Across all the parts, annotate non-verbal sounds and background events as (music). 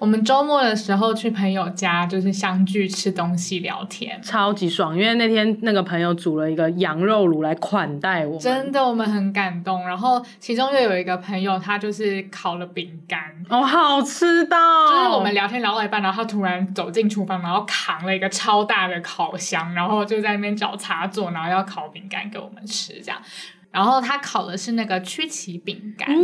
我们周末的时候去朋友家，就是相聚吃东西聊天。超级爽，因为那天那个朋友煮了一个羊肉炉来款待我们，真的，我们很感动。然后其中又有一个朋友，他就是烤了饼干，哦，好吃到，就是我们聊天聊到一半，然后他突然走进厨房，然后扛了一个超大的烤箱，然后就在那边找插座，然后要烤饼干给我们吃，这样。然后他烤的是那个曲奇饼干，嗯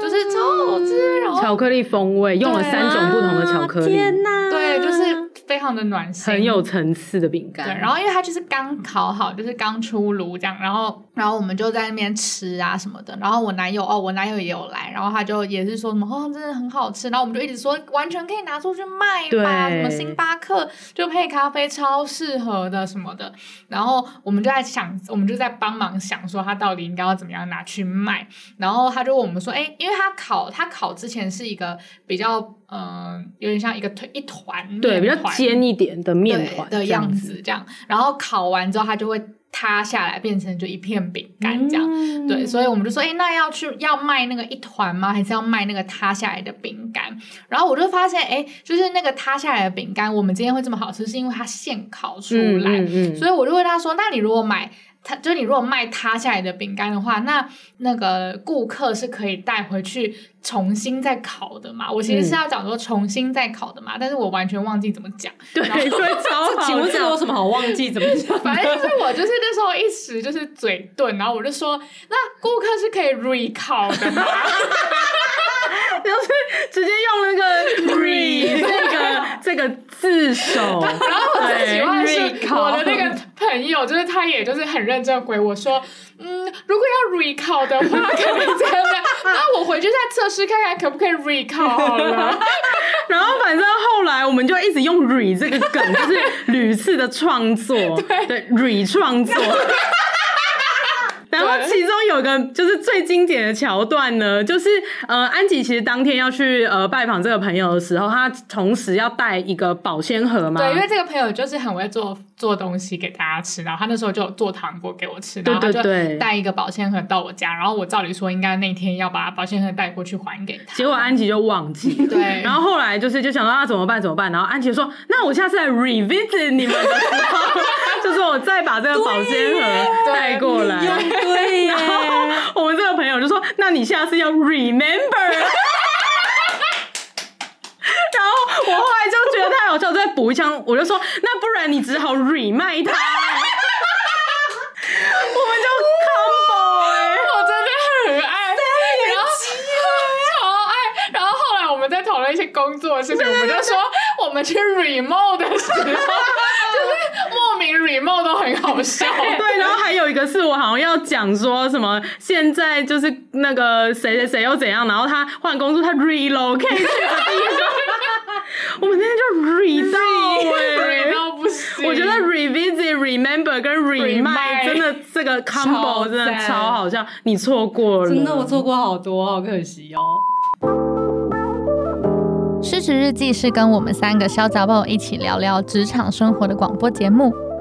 就是超好吃，然后巧克力风味，用了对啊三种不同的巧克力，天哪！对， (laughs) 就是非常的暖心，嗯很有层次的饼对，干。然后因为它就是刚烤好，就是刚出炉这样，然后然后我们就在那边吃啊什么的。然后我男友哦，我男友也有来，然后他就也是说什么哦，真的很好吃。然后我们就一直说完全可以拿出去卖吧，对什么星巴克就配咖啡超适合的什么的。然后我们就在想，我们就在帮忙想说他到底应该要怎么样拿去卖。然后他就问我们说，哎，因为他烤他烤之前是一个比较嗯、呃有点像一个团一团面对，比较团尖一点的面对团的这样子，子，这样，然后烤完之后它就会塌下来，变成就一片饼干这样。嗯对，所以我们就说，哎、那要去要卖那个一团吗？还是要卖那个塌下来的饼干？然后我就发现，哎、就是那个塌下来的饼干，我们今天会这么好吃，是因为它现烤出来。嗯嗯嗯所以我就问他说：“那你如果买他，就是你如果卖塌下来的饼干的话，那那个顾客是可以带回去重新再烤的嘛？”我其嗯实是要讲说重新再烤的嘛，但是我完全忘记怎么讲。对，然后所以超好。请问这有什么好忘记？怎么讲？反 (laughs) 正就是我就是那时候一时就是嘴钝，然后我就说：“那顾客是可以 re 烤的吗？”直接用那个 re 这个这个字首， (laughs) 然后我最喜欢的 (laughs) 对是，recall 我的那个朋友，就是他也就是很认真地回我说，嗯，如果要 recall 的话，可能这样的，那我回去再测试看看可不可以 recall 好 (laughs) 了。然后反正后来我们就一直用 re 这个 (laughs) 梗，就是屡次的创作，对 re 创 (laughs) 作。然后其中有一个就是最经典的桥段呢，就是呃，安吉其实当天要去呃拜访这个朋友的时候，他同时要带一个保鲜盒嘛，对，因为这个朋友就是很会做做东西给大家吃，然后他那时候就有做糖果给我吃，然后他对就对对带一个保鲜盒到我家，然后我照理说应该那天要把保鲜盒带过去还给他，结果安吉就忘记了。 (laughs) 对，然后后来就是就想到啊怎么办怎么办，然后安琪就说那我下次来 revisit 你们的时候， (laughs) 就是我再把这个保鲜盒带过来。 (laughs) 对耶，我们这个朋友就说：“那你下次要 remember。” (laughs) 然后我后来就觉得太好笑，再补一枪，我就说：“那不然你只好 re 卖 (laughs) 它。”我们就 combo 哎、我真的很爱，然后超爱。然后后来我们在讨论一些工作的事情，我们就说我们去 remote 的时候，就是莫名 remote 都很好 (laughs) 笑。对，然后还有一个是我好像要讲说什么，现在就是那个谁谁谁又怎样，然后他换工作，他 relocate 去的地方。我们那天就 re 到哎、 re 到不行，我觉得 revisit、remember 跟 Remind remind 真的这个超 combo 赞真的超好笑，你错过了，真的我错过好多，好可惜哦。失职日记是跟我们三个小杂宝一起聊聊职场生活的广播节目。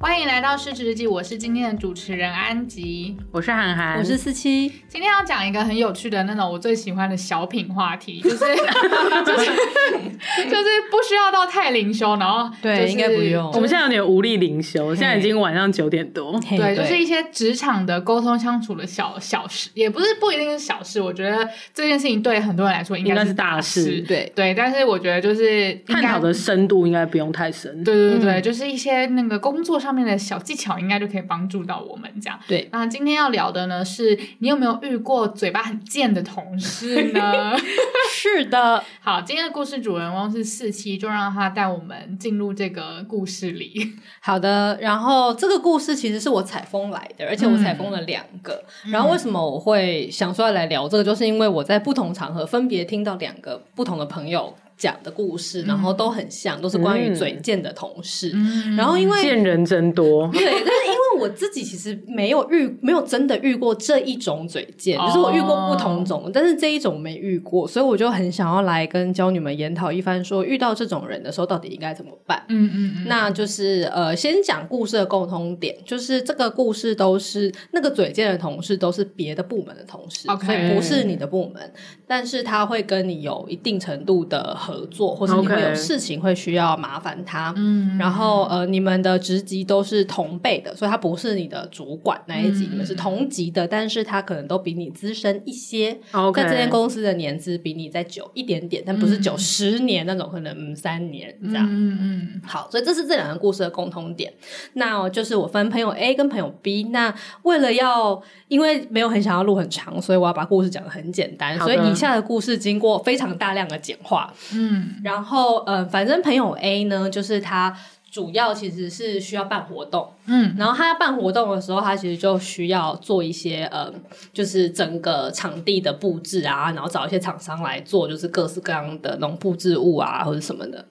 欢迎来到《失职日记》，我是今天的主持人安吉。我是涵涵，我是思琪，今天要讲一个很有趣的那种我最喜欢的小品话题， (laughs) 就是就是就是不需要到太灵修，然后、就是、对应该不用我们现在有点无力灵修，现在已经晚上九点多。嘿对，就是一些职场的沟通相处的小小事，也不是不一定是小事。我觉得这件事情对很多人来说应应该该是是大事事，对对。但是我觉得就是应该探讨的深度应该不用太深。对对对对，就是一些那个工作上面的小技巧，应该就可以帮助到我们这样。对，那今天要聊的呢，是你有没有遇过嘴巴很贱的同事呢？ (laughs) 是的，好，今天的故事主人翁是四七，就让他带我们进入这个故事里。好的。然后这个故事其实是我采风来的，而且我采风了两个。然后为什么我会想说要来聊这个，就是因为我在不同场合分别听到两个不同的朋友讲的故事，然后都很像，都是关于嘴贱的同事。嗯然后因为见人 (laughs) 真多，对，但是因为我自己其实没有遇，没有真的遇过这一种嘴贱，哦就是我遇过不同种，但是这一种没遇过，所以我就很想要来跟教女们研讨一番说，遇到这种人的时候到底应该怎么办。嗯嗯嗯，那就是呃，先讲故事的共通点，就是这个故事都是那个嘴贱的同事都是别的部门的同事 OK 所以不是你的部门，但是他会跟你有一定程度的合作，或是你会 OK 有事情会需要麻烦他。嗯然后呃，你们的职级都是同辈的，所以他不是你的主管那一级，你们嗯是同级的，但是他可能都比你资深一些。 OK 嗯在这间公司的年资比你再久一点点，但不是久十年那种，可能嗯三年这样。嗯嗯好，所以这是这两个故事的共通点。那哦就是我分朋友 A 跟朋友 B。那为了要，因为没有很想要录很长，所以我要把故事讲的很简单。好的所以以下的故事经过非常大量的简化。嗯然后，嗯、反正朋友 A 呢，就是他主要其实是需要办活动，嗯然后他办活动的时候，他其实就需要做一些呃，就是整个场地的布置啊，然后找一些厂商来做，就是各式各样的那种布置物啊，或者什么的。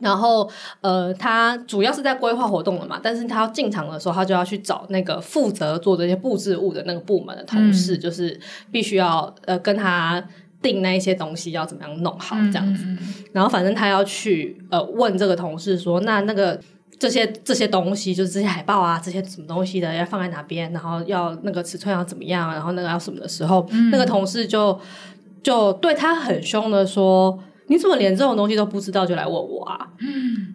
然后呃，他主要是在规划活动了嘛，但是他要进场的时候，他就要去找那个负责做这些布置物的那个部门的同事，就是必须要呃跟他。定那一些东西要怎么样弄好嗯这样子，然后反正他要去呃问这个同事说，那那个这些这些东西，就是这些海报啊，这些什么东西的要放在哪边，然后要那个尺寸要怎么样，然后那个要什么的时候，那个同事就就对他很凶的说。你怎么连这种东西都不知道就来问我啊？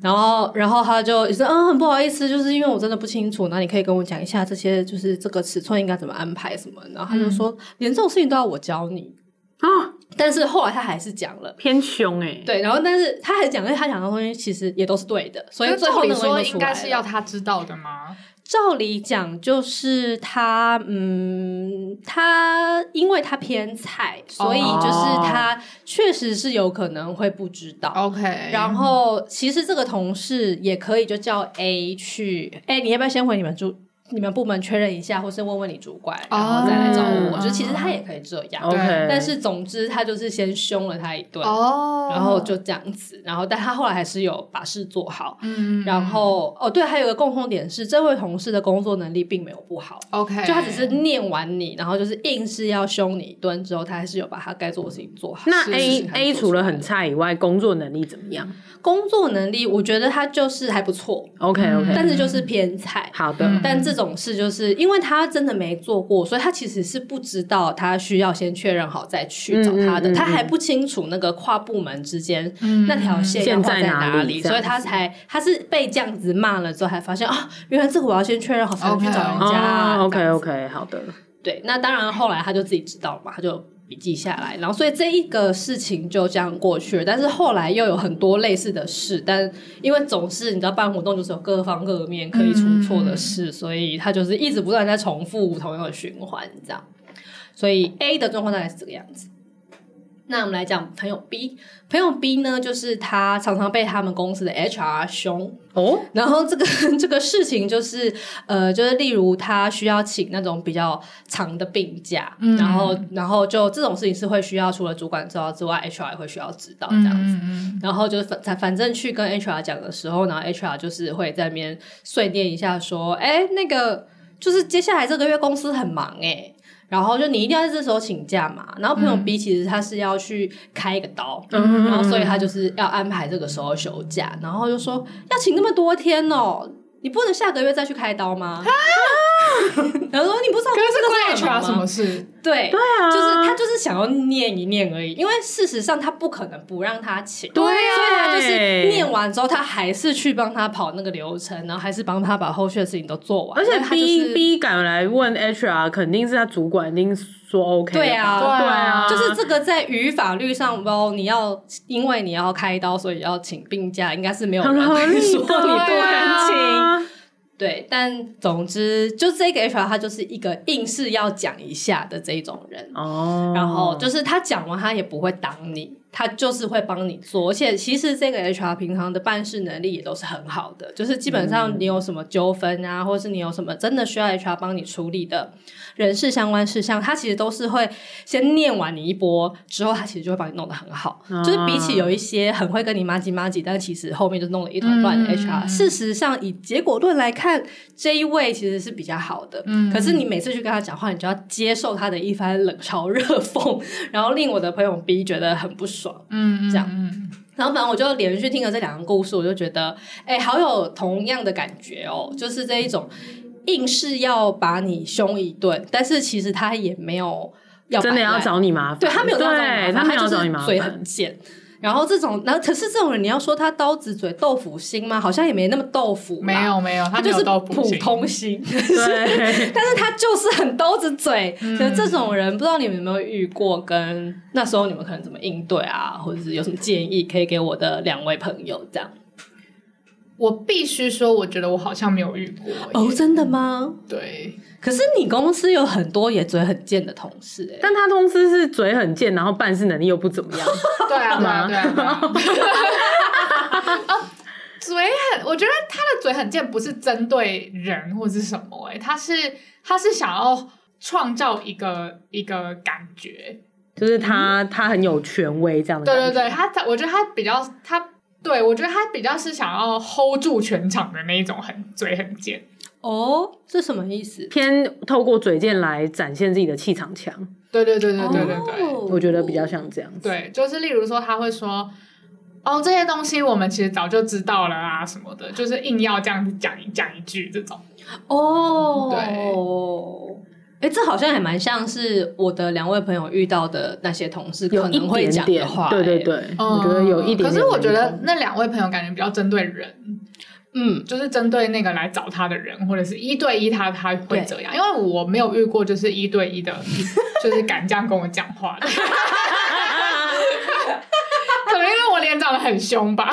然后，然后他就说，嗯，很不好意思，就是因为我真的不清楚，那你可以跟我讲一下这些，就是这个尺寸应该怎么安排什么的。然后他就说，连这种事情都要我教你啊？但是后来他还是讲了，偏凶哎。对，然后但是他还讲，因为他讲的东西其实也都是对的，所以最后你那个说东西应就出来该了是要他知道的吗？照理讲，就是他，嗯，他因为他偏菜，所以就是哦他确实是有可能会不知道。 OK，然后其实这个同事也可以就叫 A 去，哎，你要不要先回你们主你们部门确认一下，或是问问你主管，然后再来找我。哦就其实他也可以这样， OK，对但是总之他就是先凶了他一顿，哦，然后就这样子，然后但他后来还是有把事做好。嗯，然后哦，对，还有一个共通点是，这位同事的工作能力并没有不好， OK，就他只是念完你，然后就是硬是要凶你一顿之后，他还是有把他该做的事情做好。那是 A 是 A 除了很菜以外，工作能力怎么样工作能力，我觉得他就是还不错， ？OK OK，但是就是偏菜。好的，嗯但这种事就是因为他真的没做过，所以他其实是不知道他需要先确认好再去找他的，嗯嗯嗯嗯他还不清楚那个跨部门之间嗯那条线要线画在哪哪里这样子所以他才他是被这样子骂了之后才发现啊，原来这个我要先确认好才能去找人家啊。哦，OK 这样子 OK，好的，对，那当然后来他就自己知道了嘛，他就笔记下来，然后所以这一个事情就这样过去了。但是后来又有很多类似的事，但因为总是你知道办活动就是有各方各面可以出错的事，所以他就是一直不断地在重复同样的循环这样。所以 A 的状况大概是这个样子。那我们来讲朋友 B，朋友 B 呢，就是他常常被他们公司的 HR 凶，哦，然后这个 (laughs) 这个事情就是，呃，就是例如他需要请那种比较长的病假，然后然后就这种事情是会需要除了主管知道之外，HR 也会需要知道这样子。嗯然后就是反反反正去跟 HR 讲的时候，然后 HR 就是会在那边碎念一下说，哎，那个就是接下来这个月公司很忙哎、然后就你一定要在这时候请假嘛。然后朋友嗯 B 其实他是要去开一个刀，然后所以他就是要安排这个时候休假，然后就说要请那么多天哦。你不能下个月再去开刀吗？ (laughs) 然后说你不知道可是这关个 H 很忙 R 吗什么事？对对啊，就是他就是想要念一念而已，因为事实上他不可能不让他请，对啊所以他就是念完之后，他还是去帮他跑那个流程，然后还是帮他把后续的事情都做完，而且因为他就 B、是 B 敢来问 HR，肯定是他主管一定说 OK 的吧。对啊对啊，就是这个在语法律上，包你要因为你要开刀，所以要请病假，应该是没有很人合会理说你不的能请。啊。 (laughs) 对，但总之就这个 HR 他就是一个硬是要讲一下的这一种人，哦，然后就是他讲完他也不会挡你，他就是会帮你做，而且其实这个 HR 平常的办事能力也都是很好的，就是基本上你嗯有什么纠纷啊，或是你有什么真的需要 HR 帮你处理的人事相关事项，他其实都是会先念完你一波之后，他其实就会帮你弄得很好。啊就是比起有一些很会跟你妈唧妈唧，但其实后面就弄了一团嗯乱的 HR，、事实上以结果论来看，这一位其实是比较好的。嗯可是你每次去跟他讲话，你就要接受他的一番冷嘲热讽，然后令我的朋友 B 觉得很不爽。嗯，嗯这样嗯然后反正我就连续听了这两个故事，我就觉得，哎、好有同样的感觉哦，就是这一种硬是要把你凶一顿，但是其实他也没有要真的摆要烂找你麻烦，对他没有到找对你麻烦，他没有就找你麻是烦，嘴很贱。然后这种，然后可是这种人，你要说他刀子嘴豆腐心吗？好像也没那么豆腐，没有，没有，他他没就有是到普通心。对， (laughs) (laughs) 但是他就是很刀子嘴，嗯所以这种人不知道你们有没有遇过，跟那时候你们可能怎么应对啊，或者是有什么建议可以给我的两位朋友这样。我必须说，我觉得我好像没有遇过哦，耶真的吗？对，可是你公司有很多也嘴很贱的同事、欸，但他公司是嘴很贱，然后办事能力又不怎么样，对啊，对啊，对啊，对啊。哦嘴很，我觉得他的嘴很贱，不是针对人或是什么、欸，哎，他是他是想要创造一个一个感觉，就是他嗯他很有权威这样的对对感觉，对，他他我觉得他比较他。对，我觉得他比较是想要 hold 住全场的那一种很，嘴很贱。哦，这什么意思？偏透过嘴贱来展现自己的气场强，对对对对对对对。哦我觉得比较像这样子。对，就是例如说他会说，哦，这些东西我们其实早就知道了啊什么的，就是硬要这样子讲一讲一句这种。哦，哎、这好像也蛮像是我的两位朋友遇到的那些同事有可一能会点讲点的话、，对对欸，对，我觉得有一点哦点。可是我觉得，那两位朋友感觉比较针对人，嗯，就是针对那个来找他的人，或者是一对一他他会对这样，因为我没有遇过就是一对 (laughs) 一的，就是敢这样跟我讲话的。 (laughs) 可能因为我脸长得很凶吧，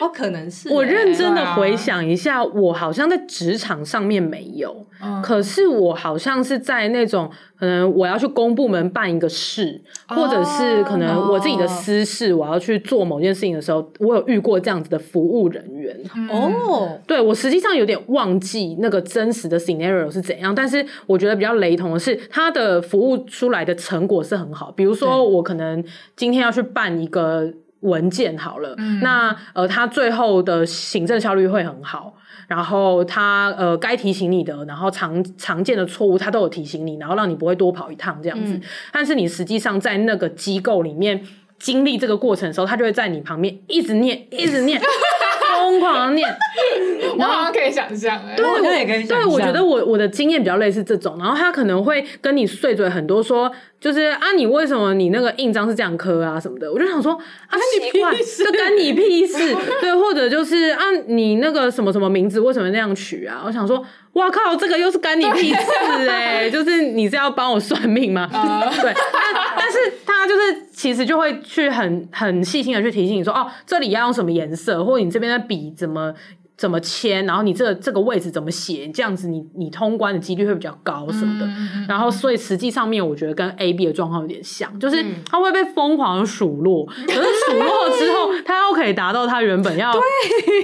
哦，可能是、我认真对的啊回想一下，我好像在职场上面没有，嗯可是我好像是在那种可能我要去公部门办一个事，哦或者是可能我自己的私事，我要去做某件事情的时候，我有遇过这样子的服务人员。嗯哦，对我实际上有点忘记那个真实的 scenario 是怎样，但是我觉得比较雷同的是，他的服务出来的成果是很好。比如说，我可能今天要去办一个文件好了，那呃，他最后的行政效率会很好。然后他呃该提醒你的，然后常常见的错误他都有提醒你，然后让你不会多跑一趟这样子。但是你实际上在那个机构里面经历这个过程的时候，他就会在你旁边一直念，一直念，疯狂地念。我好像可以想象、欸。我好像也可以想对，啊我象觉得我我的经验比较类似这种，然后他可能会跟你碎嘴很多说，就是啊，你为什么你那个印章是这样刻啊什么的，我就想说啊，奇怪，这干你屁 (laughs) 事？对，或者就是啊，你那个什么什么名字为什么那样取啊？我想说，哇靠，这个又是干你屁事 (laughs) 哎、就是你是要帮我算命吗？啊对，但但是他就是其实就会去很很细心的去提醒你说，哦，这里要用什么颜色，或者你这边的笔怎么。怎么签，然后你这这个位置怎么写，这样子你你通关的几率会比较高什么的。嗯然后所以实际上面，我觉得跟 A B 的状况有点像，就是他会被疯狂的数落，可是数落之后，他又可以达到他原本要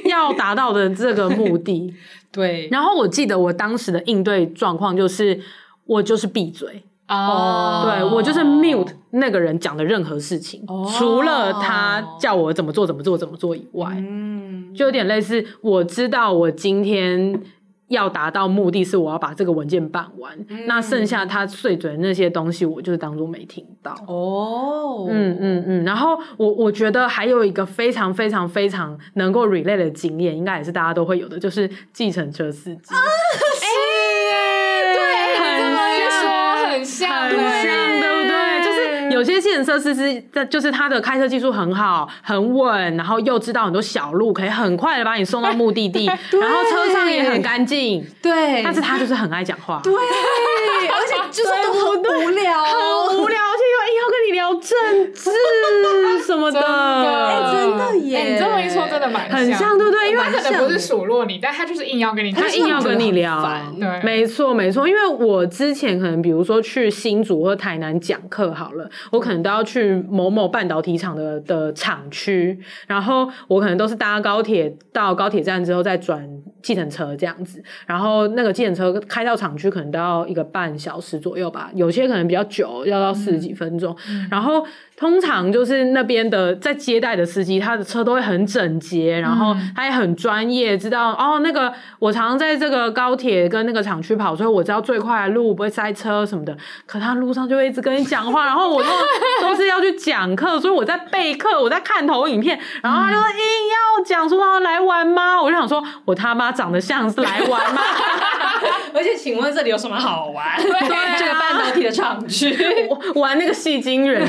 要达到的这个目的。对，然后我记得我当时的应对状况就是，我就是闭嘴。哦哦对我就是 mute 那个人讲的任何事情，除了他叫我怎么做怎么做怎么做以外，嗯，就有点类似我知道我今天要达到目的是我要把这个文件办完，嗯那剩下他碎嘴的那些东西，我就是当做没听到。哦，嗯嗯嗯，然后我我觉得还有一个非常非常非常能够 relate 的经验，应该也是大家都会有的，就是计程车司机。啊对，你这哎么一说很像，很像，对不对？就是有些计程车司机，他就是他的开车技术很好，很稳，然后又知道很多小路，可以很快的把你送到目的 (laughs) 地，然后车上也很干净。对但是他就是 (laughs) 很爱讲话， (laughs) 对，而且就是都很无聊，很无聊，而且哎又硬要跟你聊政治什 (laughs) 么真的，的，真的耶哎你这么一说，真的蛮很像，对不对？因为他可能不是数落你，但他就是硬要跟你讲，他硬要跟你聊他硬要跟你，聊没错没错，因为我之前可能比如说去新竹或台南讲课好了，我可能都要去某某半导体厂的的厂区，然后我可能都是搭高铁到高铁站之后再转计程车这样子，然后那个计程车开到厂区可能都要一个半小时左右吧，有些可能比较久，要到四十几分钟，然后通常就是那边的在接待的司机，他的车都会很整洁，然后他也很专业，知道哦那个我常常在这个高铁跟那个厂区跑，所以我知道最快的路不会塞车什么的。可他路上就会一直跟你讲话，然后我都都是要去讲课，所以我在备课，我在看投影片，然后他就硬要讲说他来玩吗？我就想说我他妈长得像是来玩吗？而且，请问这里有什么好玩？ (laughs) 对，啊这个半导体的厂区， (laughs) 玩那个戏精人。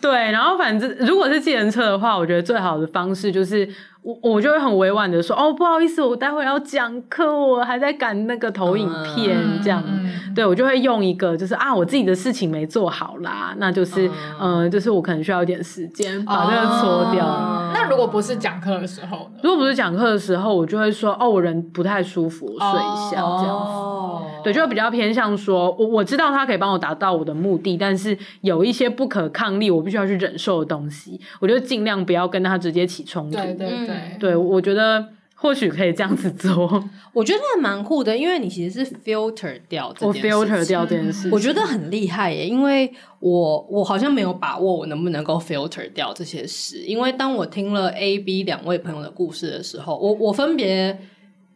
对，然后反正如果是计程车的话，我觉得最好的方式就是我我就会很委婉的说，哦，不好意思，我待会要讲课，我还在赶那个投影片、嗯这样。嗯对，我就会用一个，就是啊，我自己的事情没做好啦，那就是，嗯、呃，就是我可能需要一点时间把这个搓掉。哦那如果不是讲课的时候呢？如果不是讲课的时候，我就会说，哦，我人不太舒服，我睡一下、这样子。哦，对，就比较偏向说，我我知道他可以帮我达到我的目的，但是有一些不可抗力，我必须要去忍受的东西，我就尽量不要跟他直接起冲突。对对对，对我觉得或许可以这样子做， (laughs) 我觉得蛮酷的，因为你其实是 filter 掉这我件事情 filter 掉这件事情。我觉得很厉害耶，因为我我好像没有把握我能不能够 filter 掉这些事，因为当我听了 A、B 两位朋友的故事的时候，我我分别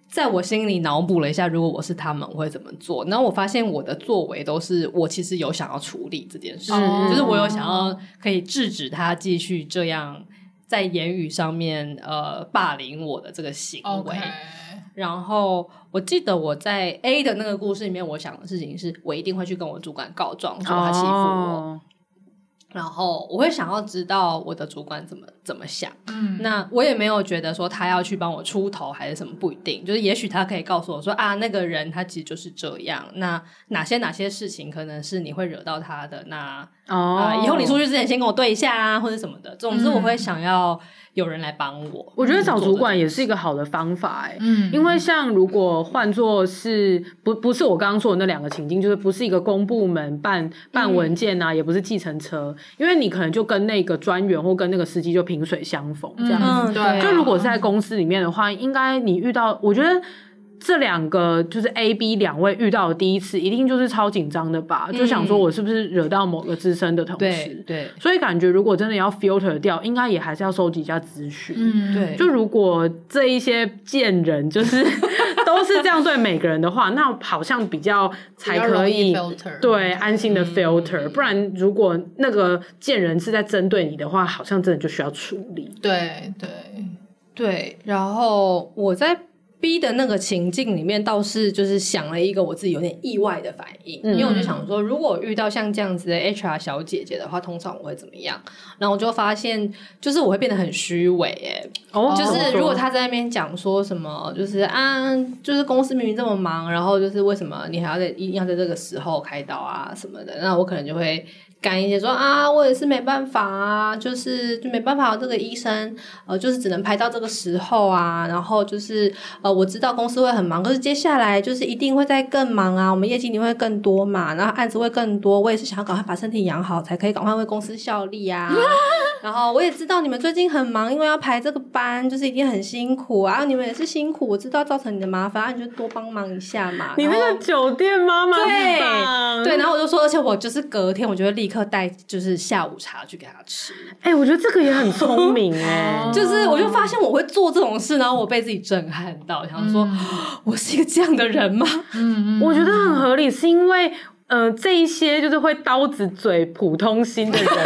在我心里脑补了一下，如果我是他们，我会怎么做。然后我发现我的作为都是我其实有想要处理这件哦事，嗯就是我有想要可以制止他继续这样在言语上面呃霸凌我的这个行为。 OK，然后我记得我在 A 的那个故事里面，我想的事情是我一定会去跟我主管告状，说他欺负我，哦然后我会想要知道我的主管怎么怎么想。嗯，那我也没有觉得说他要去帮我出头还是什么，不一定。就是也许他可以告诉我说啊，那个人他其实就是这样。那哪些哪些事情可能是你会惹到他的？那哦、嗯啊、以后你出去之前先跟我对一下啊，或者什么的。总之，我会想要有人来帮我。嗯我觉得找主管也是。是一个好的方法、欸，嗯因为像如果换作是不不是我刚刚说的那两个情境，就是不是一个公部门办嗯办文件啊，也不是计程车，因为你可能就跟那个专员或跟那个司机就萍水相逢这样子。嗯啊对就如果是在公司里面的话，应该你遇到，我觉得。这两个就是 A、B 两位遇到的第一次，一定就是超紧张的吧？就想说我是不是惹到某个资深的同嗯对事？对所以感觉如果真的要 filter 掉，应该也还是要收集一下资讯。嗯对，就如果这一些贱人就是 (laughs) 都是这样对每个人的话，那好像比较才可以比较容易 filter 嗯对安心的 filter、不然，如果那个贱人是在针对你的话，好像真的就需要处理。对对，对，然后我在 B 的那个情境里面，倒是就是想了一个我自己有点意外的反应，嗯因为我就想说，如果遇到像这样子的 HR 小姐姐的话，通常我会怎么样？然后我就发现，就是我会变得很虚伪、欸，哦就是如果他在那边讲说什么，就是啊，就是公司明明这么忙，然后就是为什么你还要在一定要在这个时候开刀啊什么的，那我可能就会干一些说啊，我也是没办法啊，就是就没办法，这个医生呃就是只能排到这个时候啊，然后就是呃我知道公司会很忙，可是接下来就是一定会再更忙啊，我们业绩一定会更 (laughs) 多嘛，然后案子会更多，我也是想要赶快把身体养好，才可以赶快为公司效力啊。然后我也知道你们最近很忙，因为要排这个班，就是一定很辛苦啊。你们也是辛苦，我知道造成你的麻烦，啊你就多帮忙一下嘛。你那然后个酒店妈妈对桑对，然后我就说，而且我就是隔天，我就会立刻带就是下午茶去给他吃。哎、我觉得这个也很聪明哎、就是我就发现我会做这种事，然后我被自己震撼到，想说、我是一个这样的人吗？ (laughs) 嗯我觉得很合理，是因为呃，这一些就是会刀子嘴普通心的人，我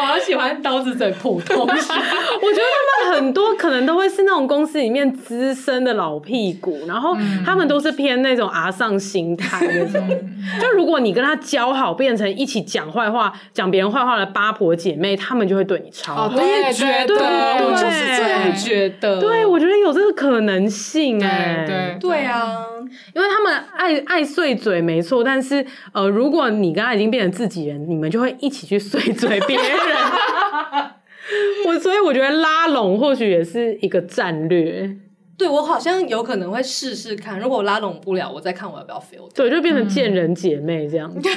(laughs) 我好喜欢刀子嘴普通心， (laughs) 觉得他们很多可能都会是那种公司里面资深的老屁股，然后嗯他们都是偏那种阿上心态那种。嗯就如果你跟他交好，变成一起讲坏话、讲别人坏话的八婆姐妹，他们就会对你超好。哦，我也觉得，对对我就是这样觉觉得对，我觉得有这个可能性哎、得，对对，对啊，因为他们爱爱碎嘴没错，但是呃，如果你跟他已经变成自己人，你们就会一起去碎嘴 (laughs) 别人。我所以我觉得拉拢或许也是一个战略，对我好像有可能会试试看，如果我拉拢不了，我再看我要不要 fail。对，就变成贱嗯人姐妹这样子。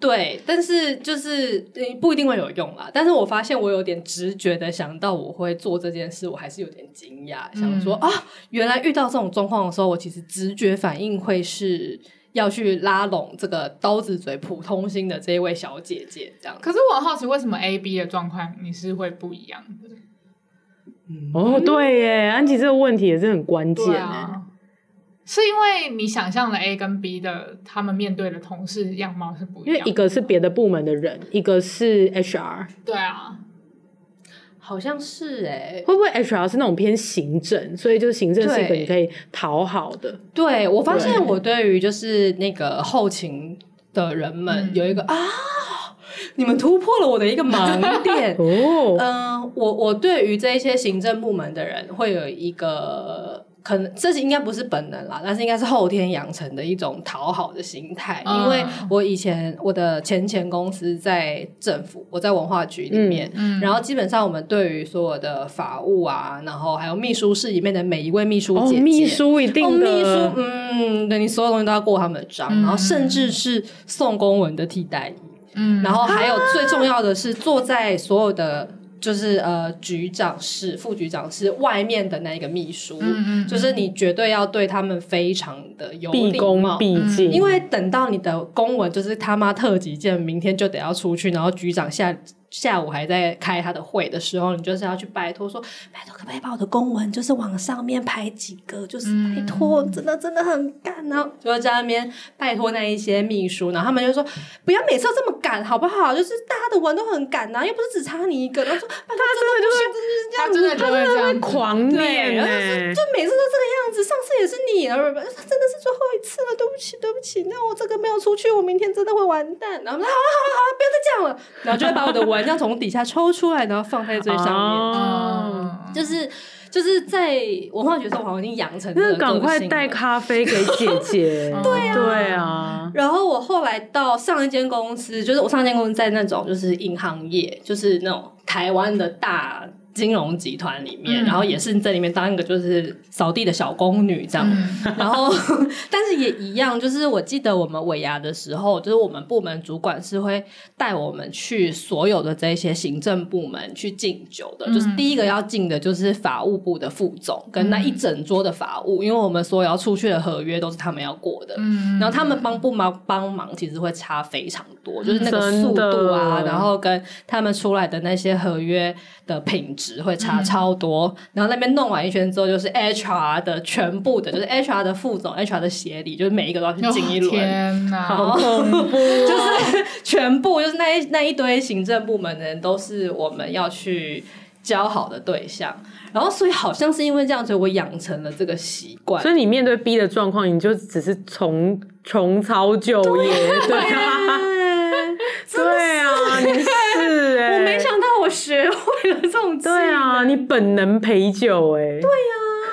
对，但是就是呃不一定会有用啦。但是我发现我有点直觉的想到我会做这件事，我还是有点惊讶，想说啊，原来遇到这种状况的时候，我其实直觉反应会是要去拉拢这个刀子嘴普通心的这一位小姐姐，这样。可是我很好奇，为什么 A B 的状况你是会不一样的？嗯哦，对耶，安琪这个问题也是很关键欸对耶、啊，是因为你想象了 A 跟 B 的他们面对的同事样貌是不一因为样一的，个是别的部门的人，一个是 HR，对啊，好像是哎、会不会 HR 是那种偏行政，所以就是行政是一个对你可以讨好的，对我发对。现我对于就是那个后勤的人们嗯有一个、啊，你们突破了我的一个盲点 (laughs) 哦，嗯，我我对于这一些行政部门的人会有一个。可能这是应该不是本能啦，但是应该是后天养成的一种讨好的心态。嗯因为我以前我的前前公司在政府，我在文化局里面，嗯然后基本上我们对于所有的法务啊，然后还有秘书室里面的每一位秘书哦，姐姐，秘书一定的，哦，秘书，嗯，对你所有东西都要过他们的章，嗯然后甚至是送公文的替代役，嗯，然后还有最重要啊的是坐在所有的就是呃局长室、副局长室外面的那一个秘书，嗯嗯，就是你绝对要对他们非常的有毕礼恭貌。毕敬，嗯因为等到你的公文就是他妈特急件，明天就得要出去，然后局长下下午还在开他的会的时候，你就是要去拜托说，拜托可不可以把我的公文就是往上面排几个，就是嗯拜托，真的真的很赶，然后就在那边拜托那一些秘书，然后他们就说不要每次都这么赶好不好？就是大家的文都很赶呐、又不是只差你一个，然后说拜托真的就是这他样真的就会这样子，狂对，念然呢、后就就每次都这个样子，上次也是你，然后真的是最后一次了，对不起，对不起，那我这个没有出去，我明天真的会完蛋。然后我们说好了好了好了，不要再这样了，然后就会把我的文章从底下抽出来，然后放在最上面，哦，嗯就是就是在文化角色，我好像已经养成这那个赶快个性带了咖啡给姐姐，哦对啊，对啊，然后我后来到上一间公司，就是我上一间公司在那种就是银行业，就是那种台湾的大金融集团里面，嗯然后也是在里面当一个就是扫地的小宫女这样。嗯嗯 (laughs) 然后，但是也一样，就是我记得我们尾牙的时候，就是我们部门主管是会带我们去所有的这些行政部门去敬酒的，就是第一个要敬的就是法务部的副总跟那一整桌的法务，因为我们所有要出去的合约都是他们要过的，嗯，然后他们帮不忙帮忙，其实会差非常多，就是那个真速度啊的，然后跟他们出来的那些合约的品质会差嗯超多。然后那边弄完一圈之后，就是 HR 的全部的，就是 HR 的副总、HR 的协理，就是每一个都要去哦进一轮。天哪，好恐怖！就是全部就是那一那一堆行政部门的人都是我们要去交好的对象，然后所以好像是因为这样，所以我养成了这个习惯所。以你面对 B 的状况，你就只是重重操旧业，对啊，对啊，你是哎、我没想到我学会了这种技对啊，你本能陪酒哎、对呀、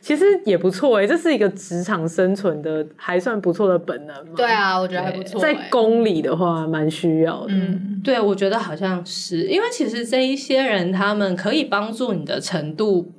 其实也不错哎、这是一个职场生存的还算不错的本能嘛。对，啊，我觉得还不错欸，在宫里的话蛮需要的。嗯对，我觉得好像是因为其实这一些人，他们可以帮助你的程度，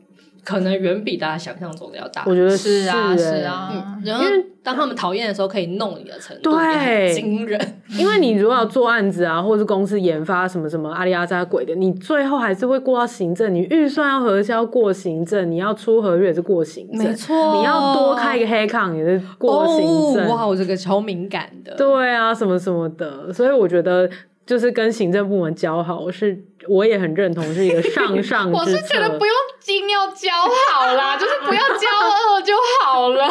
可能远比大家想象中的要大。嗯我觉得是啊，是欸啊，然后，当他们讨厌的时候，可以弄你的程度，对也很惊人。因为你如嗯果要做案子啊，或是公司研发什么什么阿里阿扎鬼的，你最后还是会过到行政，你预算要核销过行政，你要出合约也是过行政，错你要多开一个黑抗也是过行政，哦、哇，我这个超敏感的。对啊，什么什么的，所以我觉得就是跟行政部门交好是。我也很认同是一个 (laughs) 上上之策，我是觉得不用精要教好啦，就是不要教二就好了。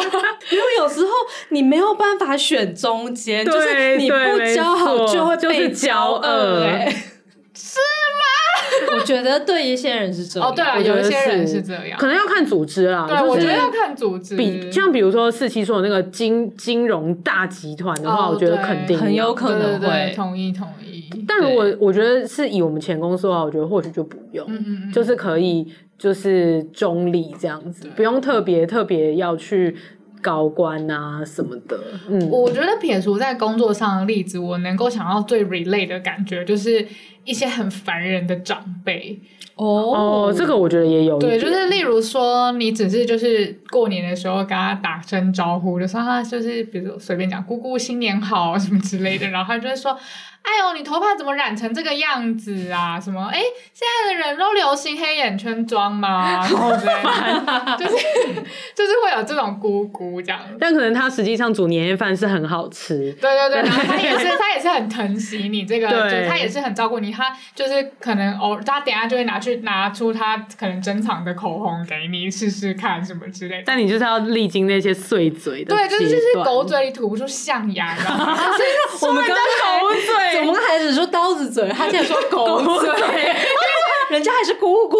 因为有时候你没有办法选中间，对就是你不对教好没错就会就是被骄恶、恶欸，是吗？我觉得对一些人是这样。哦，对了，我觉有得一些人是是这样可，能要看组织啦。对，就是、我觉得要看组织，比像比如说四七说的那个金金融大集团的话，哦我觉得对肯定很有可对对能对会同意同意。但如果我觉得是以我们前公司的话，我觉得或许就不用，嗯嗯嗯，就是可以就是中立这样子对，不用特别特别要去高官啊什么的。嗯，我觉得撇除在工作上的例子，我能够想到最 relate 的感觉，就是一些很烦人的长辈。哦，这个我觉得也有一对，点，就是例如说，你只是就是过年的时候跟他打声招呼，就说他就是比如说随便讲“姑姑新年好”什么之类的，然后他就会说：“哎呦，你头发怎么染成这个样子啊？什么？哎，现在的人都流行黑眼圈妆吗？什么之类的， (laughs) 就是就是会有这种姑姑这样子。”但可能他实际上煮年夜饭是很好吃。对对对，然后他也是，他也是很疼惜你这个，对就是他也是很照顾你，他就是可能偶他等一下就会拿去拿出他可能珍藏的口红给你试试看什么之类的。但你就是要历经那些碎嘴的对，就是就阶是段狗嘴里吐不出象牙，然后我们刚才狗嘴 (laughs) 我们刚才只说刀子嘴，他竟然说狗嘴， (laughs) 人家还是姑姑，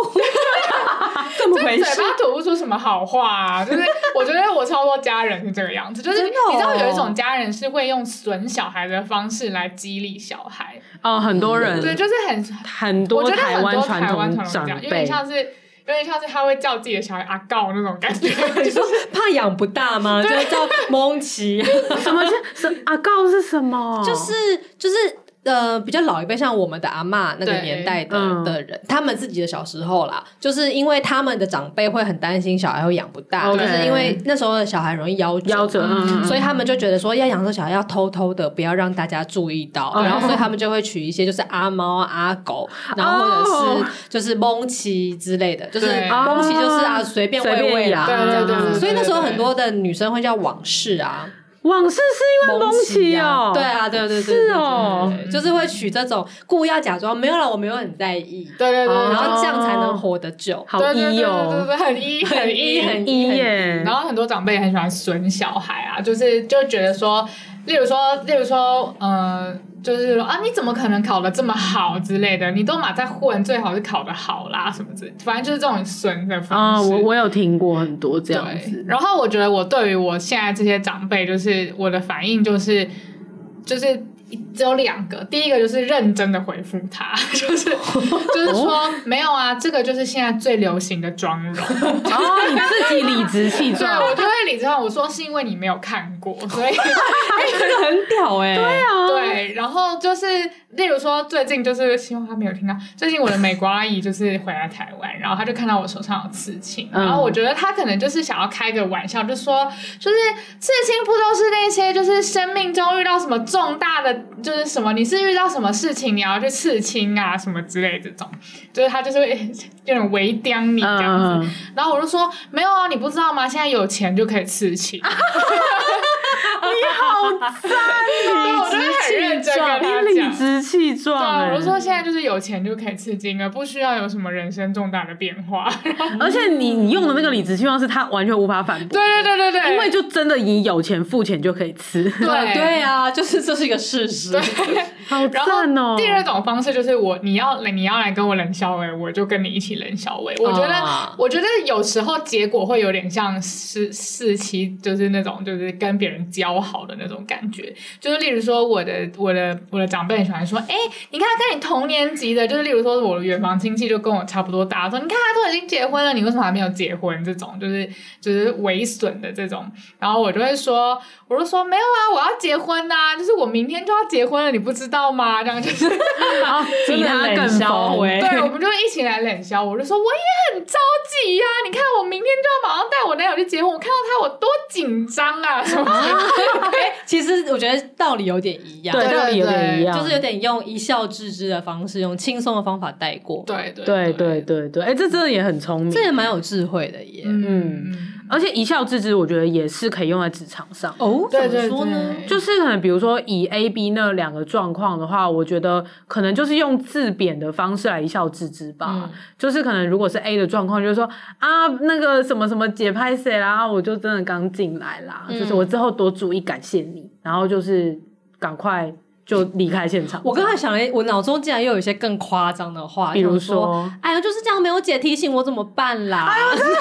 怎么回嘴事？巴吐不出什么好话啊！就是我觉得我超多家人是这个样子，就是真的哦你知道有一种家人是会用损小孩的方式来激励小孩，哦，很多人对，就是很很我多觉得台很湾多传台湾统传长统有点辈，像是有点像是他会叫自己的小孩阿告那种感觉，你就是说怕养不大吗？就叫蒙奇， (laughs) 什么是什阿告是什么？就是就是。呃，比较老一辈，像我们的阿嬷那个对年代的、嗯的人，他们自己的小时候啦，就是因为他们的长辈会很担心小孩会养不大 OK 就是因为那时候的小孩容易夭折夭折，嗯嗯嗯所以他们就觉得说要养这小孩要偷偷的，不要让大家注意到，哦然后所以他们就会取一些就是阿猫阿狗，然后或者哦是就是蒙奇之类的，就是对蒙奇就是啊哦随便随喂便嗯喂养，啦对对对对对嗯所以那时候很多的女生会叫往事啊，往事是因为蒙奇哦，对，啊，对对对，是哦对，对对就是会取这种故意要假装没有了，我没有很在意，对对对，然然后后这样才能活得久。好对对一对哦，对对对，很一很一很一一。耶然，后很多长辈也很喜欢损小孩啊，就是就觉得说，例如说，例如说，呃，就是说啊，你怎么可能考的这么好之类的？你都马在混，最好是考的好啦，什么之类，反正就是这种损的啊，方式。我我有听过很多这样对子，，然后我觉得我对于我现在这些长辈，就是我的反应就是就是只有两个，第一个就是认真的回复他， (laughs) 就是就是说、没有啊，这个就是现在最流行的妆容。哦，你自己理直气对，壮，我 (laughs) 就会理智上我说是因为你没有看过，所以这个很屌哎，对啊， (laughs) 对，然后就是，例如说，最近就是希望他没有听到，最近我的美国阿姨就是回来台湾，然后她就看到我手上有刺青，嗯然后我觉得她可能就是想要开个玩笑，就说就是刺青不都是那些就是生命中遇到什么重大的，就是什么你是遇到什么事情你要去刺青啊什么之类这种，就是她就是会有点围刁你这样子，嗯，然后我就说没有啊，你不知道吗？现在有钱就可以刺青。 (laughs) 你好赞啊！我就会很认真跟他哦你理讲。直气对壮啊，欸，我就说现在就是有钱就可以刺青了，不需要有什么人生重大的变 (laughs) 化。对而且你你用的那个理直气壮是他完全无法反驳，对对对对，因为就真的你有钱付钱就可以吃，对 (laughs) 对啊，就是这是一个事实。好然后赞哦，第二种方式就是我你要你要来跟我冷笑伟，我就跟你一起冷笑伟。我觉得、啊我觉得有时候结果会有点像四四期，就是那种就是跟别人交好的那种感觉。就是例如说我的我的我的长辈很喜欢说，哎、你看跟你同年级的，就是例如说我的远房亲戚就跟我差不多大，说你看他都已经结婚了，你为什么还没有结婚？这种就是就是为损的这种。然后我就会说，我就说没有啊，我要结婚呐、就是我明天就要结婚了，你不知道吗？这样就是比他更真的冷笑疯话，哎对，我们就一起来冷笑，我就说我也很着急呀、你看我明天就要马上带我男友去结婚，我看到他我多紧张啊！什么其实我觉得道理有点一样，对道理有点一样，就是有点用一笑置之的方式，用轻松的方法带过，对对对对对对，哎、这真的也很聪明这。也蛮有智慧的耶。嗯，而且一笑置之，我觉得也是可以用在职场上。哦，对对怎么说呢？对，就是可能比如说以 A、B 那两个状况的话，我觉得可能就是用自贬的方式来一笑置之吧。嗯就是可能如果是 A 的状况，就是说啊那个什么什么节拍谁啦，我就真的刚进来啦，就是嗯我之后多注意，感谢你，然后就是赶快就离开现场。我刚才想了一，我脑中竟然又有一些更夸张的话，比如想说说，哎呀，就是这样，没有姐提醒我怎么办啦？这个很夸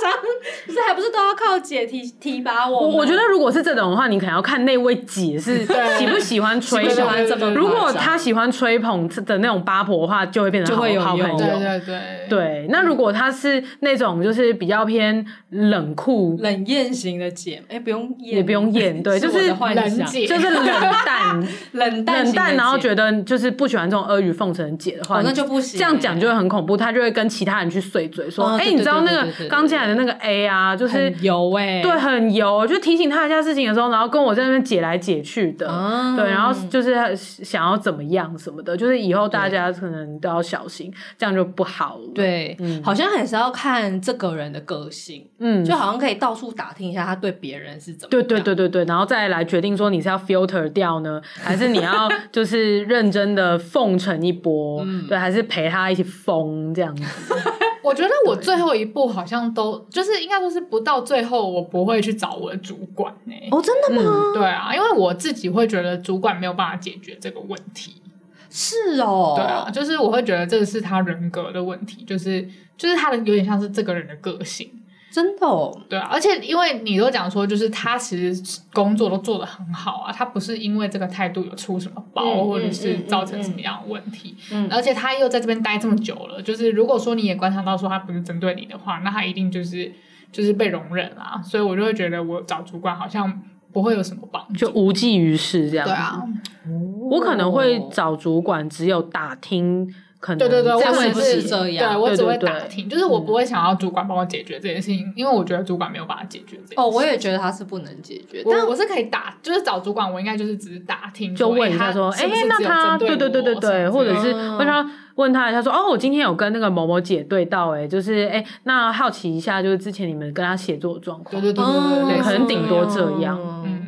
张， (laughs) 不是还不是都要靠姐提提拔我我们？我觉得如果是这种的话，你可能要看那位姐是喜不喜欢吹喜捧不喜欢这么夸张如果她喜欢吹捧的那种八婆的话，就会变成就会有好好朋友。 (laughs) 用对对对对，那如果他是那种就是比较偏冷酷，冷艳型的姐，哎，不用艳，也不用 (laughs) 艳对就是我的幻冷想姐就是冷淡、冷淡冷型的淡，然后姐觉得就是不喜欢这种阿谀奉承的姐的话，哦那你就不行这样欸讲就会很恐怖，他就会跟其他人去碎嘴说，哦哎，对你对知道对那对个对对对刚进来的那个 A 啊，就是很油哎，对，很油，就提醒他一下事情的时候，然后跟我在那边解来解去的，啊对，然后就是想要怎么样什么的，就是以后大家可能都要小心，这样就不好了。，对，嗯好像还是要看这个人的个性，嗯，就好像可以到处打听一下他对别人是怎么对样。对对对对，然后再来决定说你是要 filter 掉呢，还是你要就是认真的奉承 (laughs) 一波，嗯对，还是陪他一起疯这样子。我觉得我最后一步好像都就是应该说是不到最后，我不会去找我的主管呢、哦，真的吗？对啊，因为我自己会觉得主管没有办法解决这个问题。是哦，对啊，就是我会觉得这是他人格的问题，就是就是他的有点像是这个人的个性。真的哦，对啊，而且因为你都讲说，就是他其实工作都做得很好啊，他不是因为这个态度有出什么包，嗯或者是造成什么样的问题。而且他又在这边待这么久了，就是如果说你也观察到说他不是针对你的话，那他一定就是就是被容忍啦。所以我就会觉得我找主管好像不会有什么帮助。就无济于事这样对子。啊，我可能会找主管，只有打听，可能对对对，这我样只问题是是这样对我只会对对打对听，就是我不会想要主管帮我解决这件事情，因为我觉得主管没有办法解决这件事情。哦，我也觉得他是不能解决，但但我是可以打，就是找主管，我应该就是只是打听，就问一下说，哎哎、，那他对对对对对对，或者是问他问他一下说，哦，我今天有跟那个某某姐对到、哎，就是哎、那好奇一下，就是之前你们跟他协作的状对况，对对对嗯对，对，哦可能顶多这样。嗯，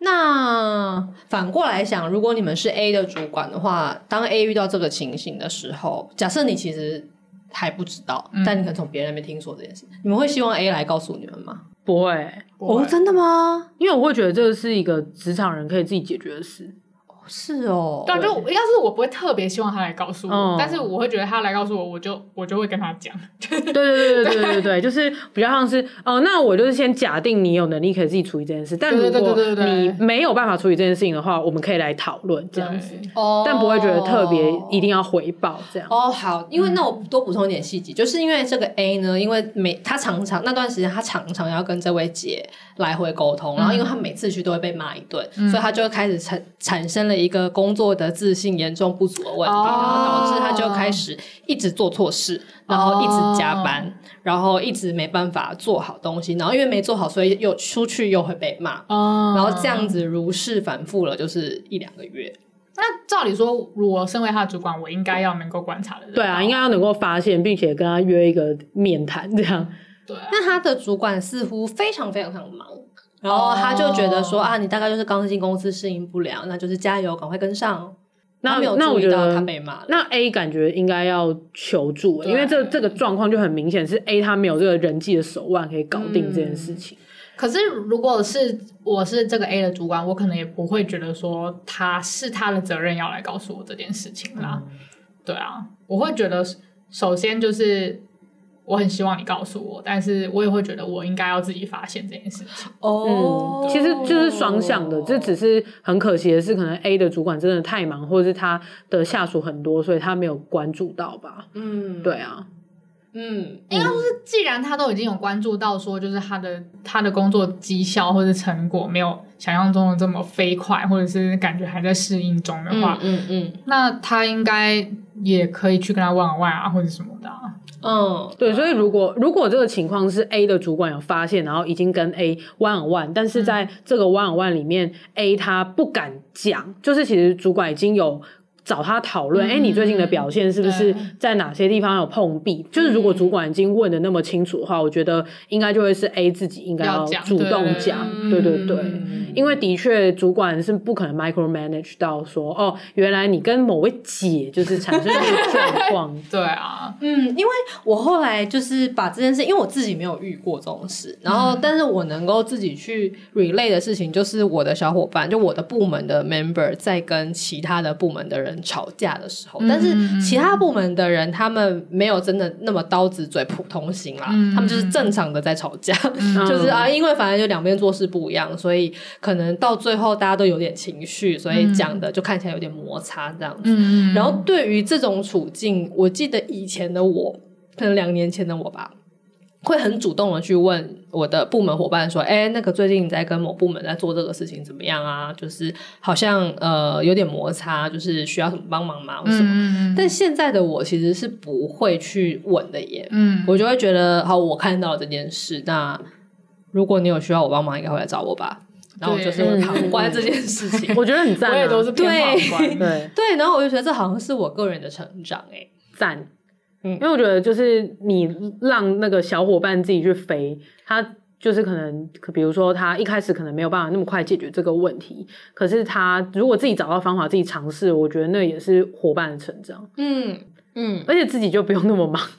那反过来想，如果你们是 A 的主管的话，当 A 遇到这个情形的时候，假设你其实还不知道，嗯但你可能从别人那边听说这件事，你们会希望 A 来告诉你们吗？不会，我哦真的吗？因为我会觉得这是一个职场人可以自己解决的事。是哦，对，就应该是我不会特别希望他来告诉我嗯，但是我会觉得他来告诉我，我就我就会跟他讲，对对对对对对对，就是比较像是哦、那我就是先假定你有能力可以自己处理这件事，但如对对对果对对对你没有办法处理这件事情的话，我们可以来讨论这样子，对哦但不会觉得特别一定要回报这样。哦，好，因为那我多补充一点细节，就是因为这个 A 呢，因为每他常常那段时间，他常常要跟这位姐来回沟通，嗯然后因为他每次去都会被骂一顿，所以他就会开始产产生了一个工作的自信严重不足的问题，哦然后导致他就开始一直做错事，然后一直加班，哦然后一直没办法做好东西，然后因为没做好，所以又出去又会被骂，哦然后这。样子如是反复了，就是一两个月。那照理说，我身为他的主管，我应该要能够观察的，对啊，应该要能够发现，并且跟他约一个面谈，这样对啊，那他的主管似乎非常非常非常忙，哦然后他就觉得说、哦啊，你大概就是刚进公司适应不良，那就是加油，赶快跟上。那他没有那注我意觉到得他被骂了。那 A 感觉应该要求助，对因为这这个状况就很明显是 A 他没有这个人际的手腕可以搞定这件事情。可是，如果是我是这个 A 的主管，我可能也不会觉得说他是他的责任要来告诉我这件事情啦。嗯对啊，我会觉得首先就是我很希望你告诉我，但是我也会觉得我应该要自己发现这件事情。哦嗯，其实就是双向嗯的，这只是很可惜的是，可能 A 的主管真的太忙，或者是他的下属很多，所以他没有关注到吧？嗯对啊，嗯，应该说是，既然他都已经有关注到说，就是他的他的工作绩效或者成果没有想象中的这么飞快，或者是感觉还在适应中的话，嗯嗯那他应该也可以去跟他问问啊，或者什么的、啊。嗯，对，所以如果如果这个情况是 A 的主管有发现，然后已经跟 A one on one，但是嗯在这个 one on one 里面、a 他不敢讲，就是其实主管已经有。找他讨论，哎、你最近的表现是不嗯是对嗯在哪些地方有碰壁？就是如果主管已经问的那么清楚的话，我觉得应该就会是 A 自己应该要要讲主对动讲，嗯对对对。嗯因为的确，主管是不可能 micromanage 到说，哦，原来你跟某位姐就是产生这个状 (laughs) 况，对啊，嗯，因为我后来就是把这件事，因为我自己没有遇过这种事，然后嗯但是我能够自己去 relay 的事情，就是我的小伙伴，就我的部门的 member 在跟其他的部门的人吵架的时嗯候，但是其他部门的人他们没有真的那么刀子嘴普通型啦，嗯他们就是正常的在吵架，嗯就是啊，因为反正就两边做事不一样，所以可能到最后大家都有点情绪，所以讲的就看起来有点摩擦这样子。嗯然后对于这种处境，我记得以前的我，可能两年前的我吧，会很主动的去问我的部门伙伴说：“哎，那个最近你在跟某部门在做这个事情怎么样啊？就是好像呃有点摩擦，就是需要什么帮忙吗？或什么？”嗯但现在的我其实是不会去问的耶，嗯，我就会觉得好，我看到了这件事，那如果你有需要我帮忙，应该会来找我吧。然后我就是会对旁观这件事情，我觉得很赞、啊，我也都是偏对旁 (laughs) 观。对对，然后我就觉得这好像是我个人的成长哎、赞。嗯因为我觉得就是你让那个小伙伴自己去飞，他就是可能，可比如说他一开始可能没有办法那么快解决这个问题，可是他如果自己找到方法，自己尝试，我觉得那也是伙伴的成长，嗯嗯，而且自己就不用那么忙。 (laughs)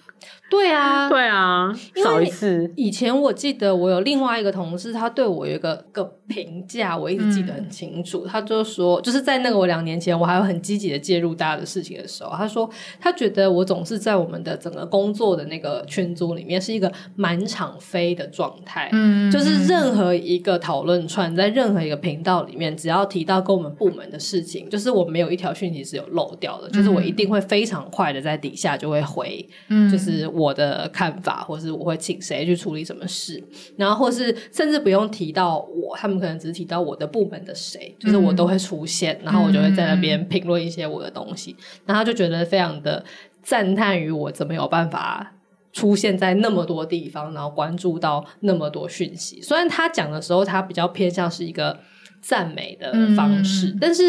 对啊，对啊，因为少一次。以前我记得我有另外一个同事，他对我有一个个评价，我一直记得嗯很清楚。他就说，就是在那个我两年前，我还有很积极的介入大家的事情的时候，他说他觉得我总是在我们的整个工作的那个群组里面是一个满场飞的状态。嗯，就是任何一个讨论串，在任何一个频道里面，只要提到跟我们部门的事情，就是我没有一条讯息是有漏掉的，就是我一定会非常快的在底下就会回，嗯就是我的看法，或是我会请谁去处理什么事，然后或是甚至不用提到我，他们可能只是提到我的部门的谁，就是我都会出现，然后我就会在那嗯边评论一些我的东西，然后他就觉得非常的赞叹于我怎么有办法。出现在那么多地方，然后关注到那么多讯息。虽然他讲的时候，他比较偏向是一个赞美的方式，嗯但是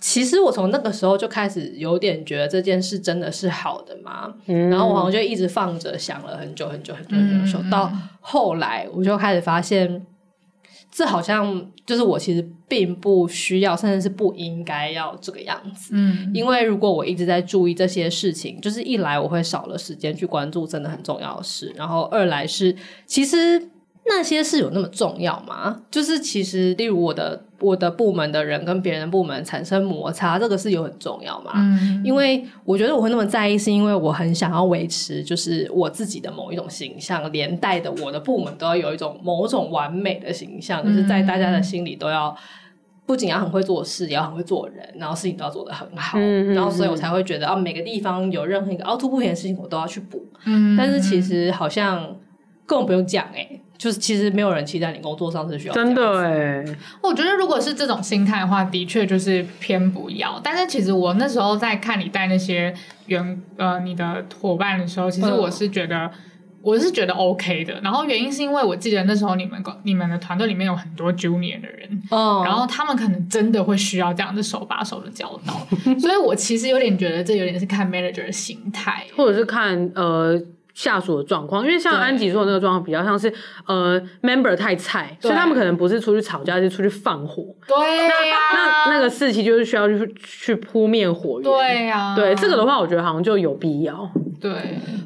其实我从那个时候就开始有点觉得这件事真的是好的嘛。然然后我好像就一直放着，想了很久很久很久很久很久，嗯到后来我就开始发现，这好像就是我其实并不需要，甚至是不应该要这个样子。嗯因为如果我一直在注意这些事情，就是一来我会少了时间去关注真的很重要的事，然后二来是其实那些事有那么重要吗？就是其实例如我的我的部门的人跟别人的部门产生摩擦，这个事有很重要吗？嗯因为我觉得我会那么在意，是因为我很想要维持，就是我自己的某一种形象，连带的我的部门都要有一种某种完美的形象，就是在大嗯家的心里都要不仅要很会做事，也要很会做人，然后事情都要做得很好，嗯嗯然后所以我才会觉得啊，每个地方有任何一个凹凸不平的事情，我都要去补。嗯但是其实好像根本不用讲哎、就是其实没有人期待你工作上是需要真这样的子哎、我觉得如果是这种心态的话，的确就是偏不要。但是其实我那时候在看你带那些员呃你的伙伴的时候，其实嗯我是觉得。我是觉得 OK 的，然后原因是因为我记得那时候你们公你们的团队里面有很多 junior 的人，哦，然后他们可能真的会需要这样的手把手的教 (laughs) 导，所以我其实有点觉得这有点是看 manager 的心态，或者是看呃下属的状况，因为像对安吉说的那个状况比较像是呃 member 太菜，所以对他们可能不是出去吵架，是出去放火。对呀、那那个士气就是需要去去扑灭火源。对呀、对这个的话，我觉得好像就有必要。嗯对，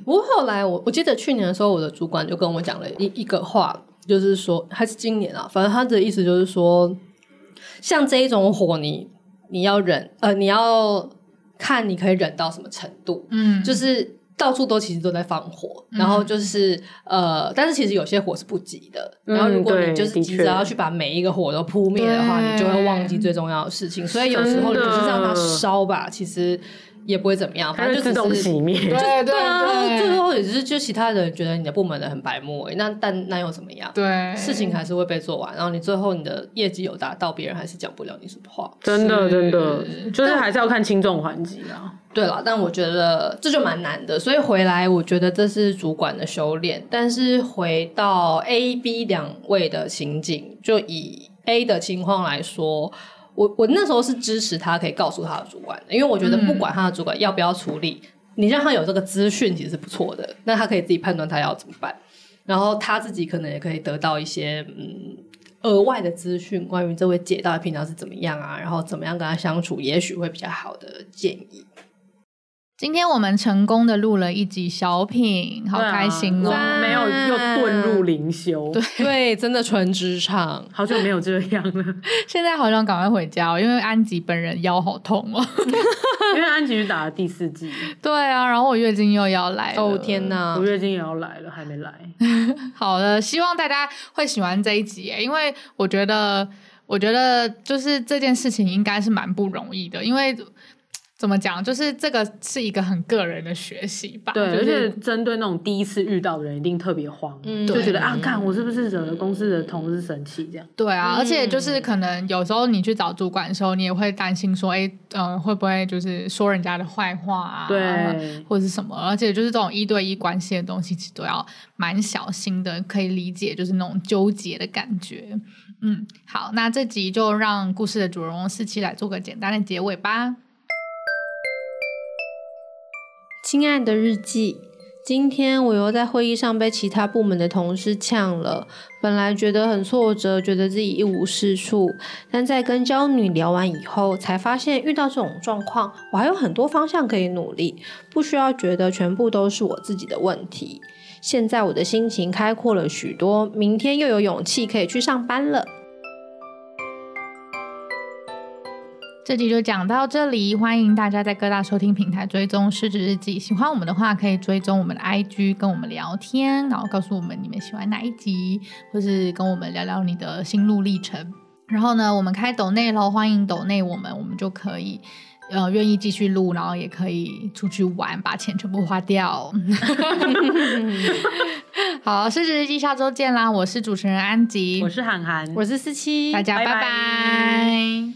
不过后来我我记得去年的时候，我的主管就跟我讲了一一个话，就是说还是今年啊，反正他的意思就是说，像这一种火你，你要忍，呃，你要看你可以忍到什么程度，嗯，就是。到处都其实都在放火，嗯然后就是、呃，但是其实有些火是不急的。嗯然后如果你就是对的急确着要去把每一个火都扑灭的话，对你就会忘记最重要的事情。所以有时候你真就的是让它烧吧，其实也不会怎么样，它反就正就自动只是熄灭。哎对对啊，最对后也是就其他人觉得你的部门的很白目而已，那但那又怎么样？对事情还是会被做完，然后你最后你的业绩有达到，别人还是讲不了你什么话。真的，是真的，就是还是要看轻重缓急啊。对了，但我觉得这就蛮难的，所以回来我觉得这是主管的修炼。但是回到 A、B 两位的情景，就以 A 的情况来说，我我那时候是支持他可以告诉他的主管的，因为我觉得不管他的主管要不要处理，你让他有这个资讯其实是不错的，那他可以自己判断他要怎么办，然后他自己可能也可以得到一些嗯额外的资讯，关于这位姐到底平常是怎么样啊，然后怎么样跟他相处，也许会比较好的建议。今天我们成功的录了一集小品，好对啊开心哦！我没有又遁入灵修， (laughs) 对，对，真的纯职场。好久没有这样了。 (laughs) 现在好想赶快回家、哦，因为安吉本人腰好痛哦。 (laughs) 因为安琪去打了第四季，对啊，然后我月经又要来了哦天！哪我！月经也要来了，还没来。好的，希望大家会喜欢这一集耶，因为我觉得，我觉得就是这件事情应该是蛮不容易的，因为怎么讲，就是这个是一个很个人的学习吧，对，而就且是针对那种第一次遇到的人，一定特别慌，嗯就觉对得啊，看我是不是惹了公司的同事生气这样。对啊，嗯而且就是可能有时候你去找主管的时候，你也会担心说，哎，嗯、会不会就是说人家的坏话啊？对，或者是什么，而且就是这种一对一关系的东西，其实都要蛮小心的，可以理解就是那种纠结的感觉。嗯，好，那这集就让故事的主人翁四七来做个简单的结尾吧。亲爱的日记，今天我又在会议上被其他部门的同事呛了。本来觉得很挫折，觉得自己一无是处，但在跟娇女聊完以后，才发现遇到这种状况，我还有很多方向可以努力，不需要觉得全部都是我自己的问题。现在我的心情开阔了许多，明天又有勇气可以去上班了。这集就讲到这里，欢迎大家在各大收听平台追踪《失职日记》。喜欢我们的话，可以追踪我们的 IG，跟我们聊天，然后告诉我们你们喜欢哪一集，或是跟我们聊聊你的心路历程。然后呢，我们开抖内喽，欢迎抖内我们，我们就可以。呃，愿意继续录，然后也可以出去玩，把钱全部花掉。 (laughs) 好，失职日记下周见啦！我是主持人安吉我，是涵涵，我是思七，大家拜拜拜拜